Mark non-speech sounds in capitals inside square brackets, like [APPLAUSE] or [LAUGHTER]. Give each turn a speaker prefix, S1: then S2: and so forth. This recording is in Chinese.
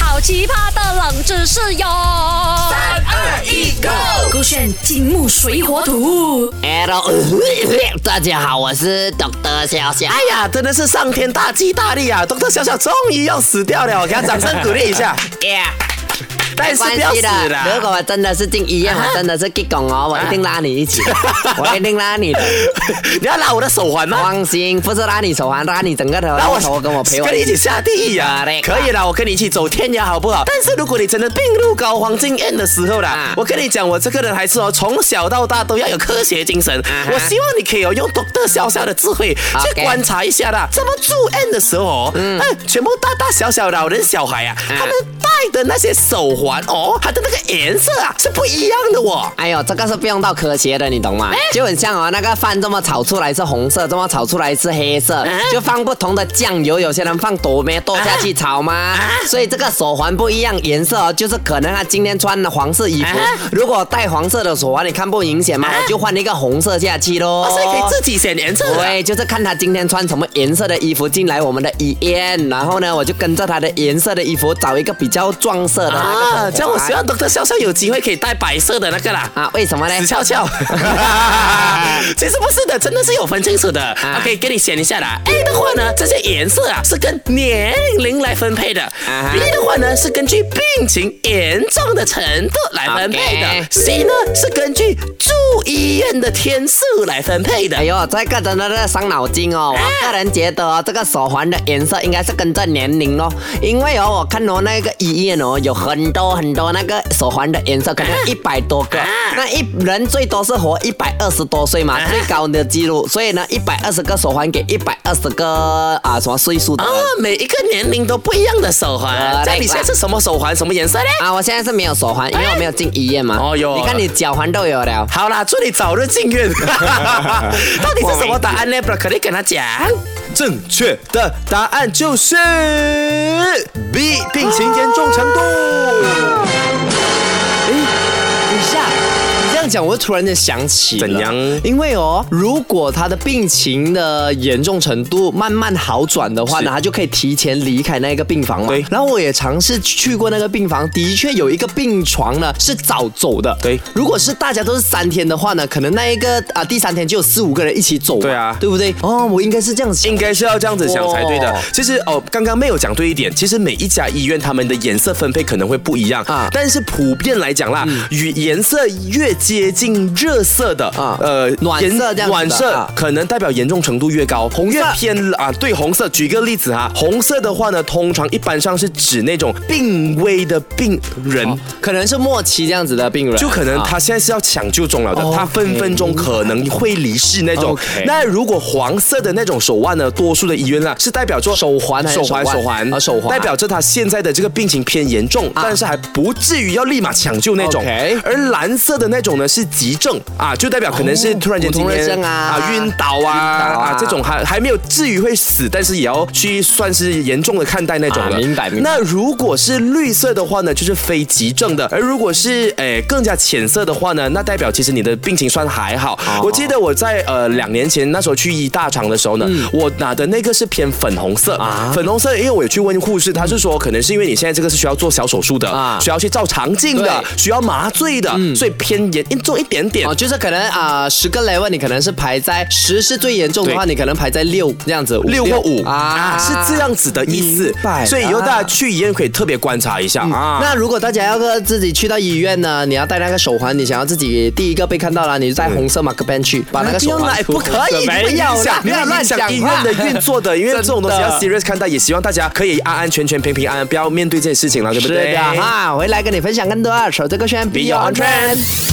S1: 好奇葩的冷知识哟！三
S2: 二一，Go！
S1: 勾选金木水火土。
S3: Hello，大家好，我是 Dr. 小小。
S2: 哎呀，真的是上天大吉大利啊！东东小小终于要死掉了，给他掌声鼓励一下。
S3: Yeah，
S2: 但哎是
S3: 哎关
S2: 不要
S3: 系
S2: 死
S3: 的。如
S2: 啦，啊
S3: 果我真的是进医院，我真的是 g 拱哦，我一定拉你
S2: [LAUGHS]
S3: 一起的，我一定拉你的。
S2: [LAUGHS] 你要拉我的手环吗？
S3: 放心，不是拉你手环，拉你整个头，
S2: 拉
S3: 拉头跟我陪我
S2: 跟你一起下地狱呀、
S3: Correct
S2: 可以啦，我跟你一起走天涯好不好？但是如果你真的病入膏肓进院的时候啦，
S3: 啊
S2: 我跟你讲，我这个人还是哦，从小到大都要有科学精神。
S3: 啊哈
S2: 我希望你可以哦，用 Doctor 小小的智慧
S3: OK
S2: 去观察一下啦，怎么住院的时候哦，嗯、全部大大小小老人小孩啊，
S3: 啊
S2: 他们戴的那些手环哦，它的那个颜色啊是不一样的哦。
S3: 哎呦，这个是不用到科学的，你懂吗？
S2: 哎
S3: 就很像哦，那个饭这么炒出来是红色，这么炒出来是黑色，
S2: 啊
S3: 就放不同的酱油，有些人放多咩剁下去炒嘛。
S2: 啊
S3: 所以这个手环不一样颜色哦，就是可能他今天穿的黄色衣服，
S2: 啊
S3: 如果戴黄色的手环，你看不明显嘛，我就换一个红色下去喽。
S2: 哦，所以可以自啊己选颜色的。
S3: 对，就是看他今天穿什么颜色的衣服进来我们的医院，然后呢，我就跟着他的颜色的衣服找一个比较撞色的那个手
S2: 啊，
S3: 环
S2: 这样我希望 Doctor 笑笑有机会可以戴白色的那个啦。
S3: 啊，为什么呢？
S2: 死翘翘，
S3: [LAUGHS]
S2: 其实不是的，真的是有分清楚的。OK，给你
S3: 啊
S2: 选一下啦。A 的话呢，这些颜色啊是跟年龄来分配的
S3: 啊哈
S2: ；B 的话呢是根据病情严重的程度来分配的
S3: OK
S2: ；C 呢是根据住医院的天数来分配的
S3: [LAUGHS] 哎。呦，这个真的是伤脑
S2: [LAUGHS]
S3: 筋哦！我个人觉得哦，这个手环的颜色应该是跟着年龄哦，因为哦，我看哦那个医院哦，有很多很多那个手环的颜色，可能一百多
S2: [LAUGHS] 啊
S3: 个，那一人最多是活一百二十多岁嘛，最高的记录。所以呢，一百二十个手环给一百二十个啊什么岁数的人
S2: 哦，每一个年龄都不一样的手环。
S3: Correct
S2: 这样你现在是什么手环？什么颜色呢？
S3: 啊，我现在是没有手环，因为我没有进医院嘛。
S2: 哦有
S3: 你看你脚环都有了。
S2: 好啦，祝你早日进 [LAUGHS] 院。到底是什么答案呢？不可以跟他讲。正确的答案就是 B，病情严重程度。
S3: 等一下，你这样讲，我突然间想起了
S2: 怎样
S3: 因为哦，如果他的病情的严重程度慢慢好转的话呢，他就可以提前离开那个病房嘛
S2: 对。
S3: 然后我也尝试去过那个病房，的确有一个病床呢是早走的。
S2: 对
S3: 如果是大家都是三天的话呢，可能那一个啊、第三天就有四五个人一起走嘛。
S2: 对啊
S3: 对不对？哦，我应该是这样想
S2: 应。该是要这样子想才对的
S3: 哦。
S2: 其实哦，刚刚没有讲对一点，其实每一家医院他们的颜色分配可能会不一样
S3: 啊嗯
S2: 但是普遍来讲啦，与颜色越接近热色的呃
S3: 啊暖
S2: 颜
S3: 色这样子的
S2: 暖色
S3: 啊
S2: 可能代表严重程度越高，红越
S3: 色
S2: 偏啊。对红色，举个例子哈，红色的话呢，通常一般上是指那种病危的病人。
S3: 可能是末期这样子的病人，
S2: 就可能
S3: 啊
S2: 他现在是要抢救中了的，
S3: OK
S2: 他分分钟可能会离世那种
S3: OK。
S2: 那如果黄色的那种手腕呢，多数的医院呢是代表着
S3: 手环还是
S2: 手环、
S3: 手腕
S2: 手环
S3: 啊手环啊
S2: 代表着他现在的这个病情偏严重，但是还不至于要立马抢救那种
S3: OK。
S2: 而蓝色的那种呢是急症啊，就代表可能是突然间今
S3: 普通热症
S2: 天
S3: 啊
S2: 晕倒啊
S3: 晕倒啊
S2: 啊这种还还没有至于会死，但是也要去算是严重的看待那种
S3: 啊
S2: 了。
S3: 明白明白
S2: 那如果是绿色的话呢，就是非急症的；而如果是诶更加浅色的话呢，那代表其实你的病情算还好。
S3: 哦
S2: 我记得我在呃两年前那时候去医大厂的时候呢，
S3: 嗯
S2: 我拿的那个是偏粉红色，
S3: 啊
S2: 粉红色，因为我有去问护士，他是说可能是因为你现在这个是需要做小手术的，
S3: 啊
S2: 需要去照肠镜的，
S3: 对嗯
S2: 需要麻醉的，所以偏严重一点点
S3: 哦，。就是可能啊，十、个 level 你可能是排在十是最严重的话，
S2: 对
S3: 你可能排在六这样子，
S2: 六或五啊，是这。样子的意思
S3: 明白，
S2: 所以以后
S3: 啊嗯
S2: 大家去医院可以特别观察一下啊。
S3: 那如果大家要个自己去到医院呢，你要戴那个手环，你想要自己第一个被看到了，你就戴红色马克 b 去把那个
S2: 啊不
S3: 手
S2: 用
S3: 环
S2: 来，不可以，
S3: 没
S2: 你
S3: 有
S2: 会影响
S3: 啦，
S2: 你
S3: 不要
S2: 会
S3: 乱
S2: 影
S3: 讲
S2: 响啊
S3: 话
S2: 医院的运作的，因为这种东西要
S3: 真的
S2: serious 看待，也希望大家可以安安全全、平平安安，不要面对这些事情了，对不
S3: 是
S2: 对？
S3: 的哈，回来跟你分享更多，守这个圈
S2: Be your own trend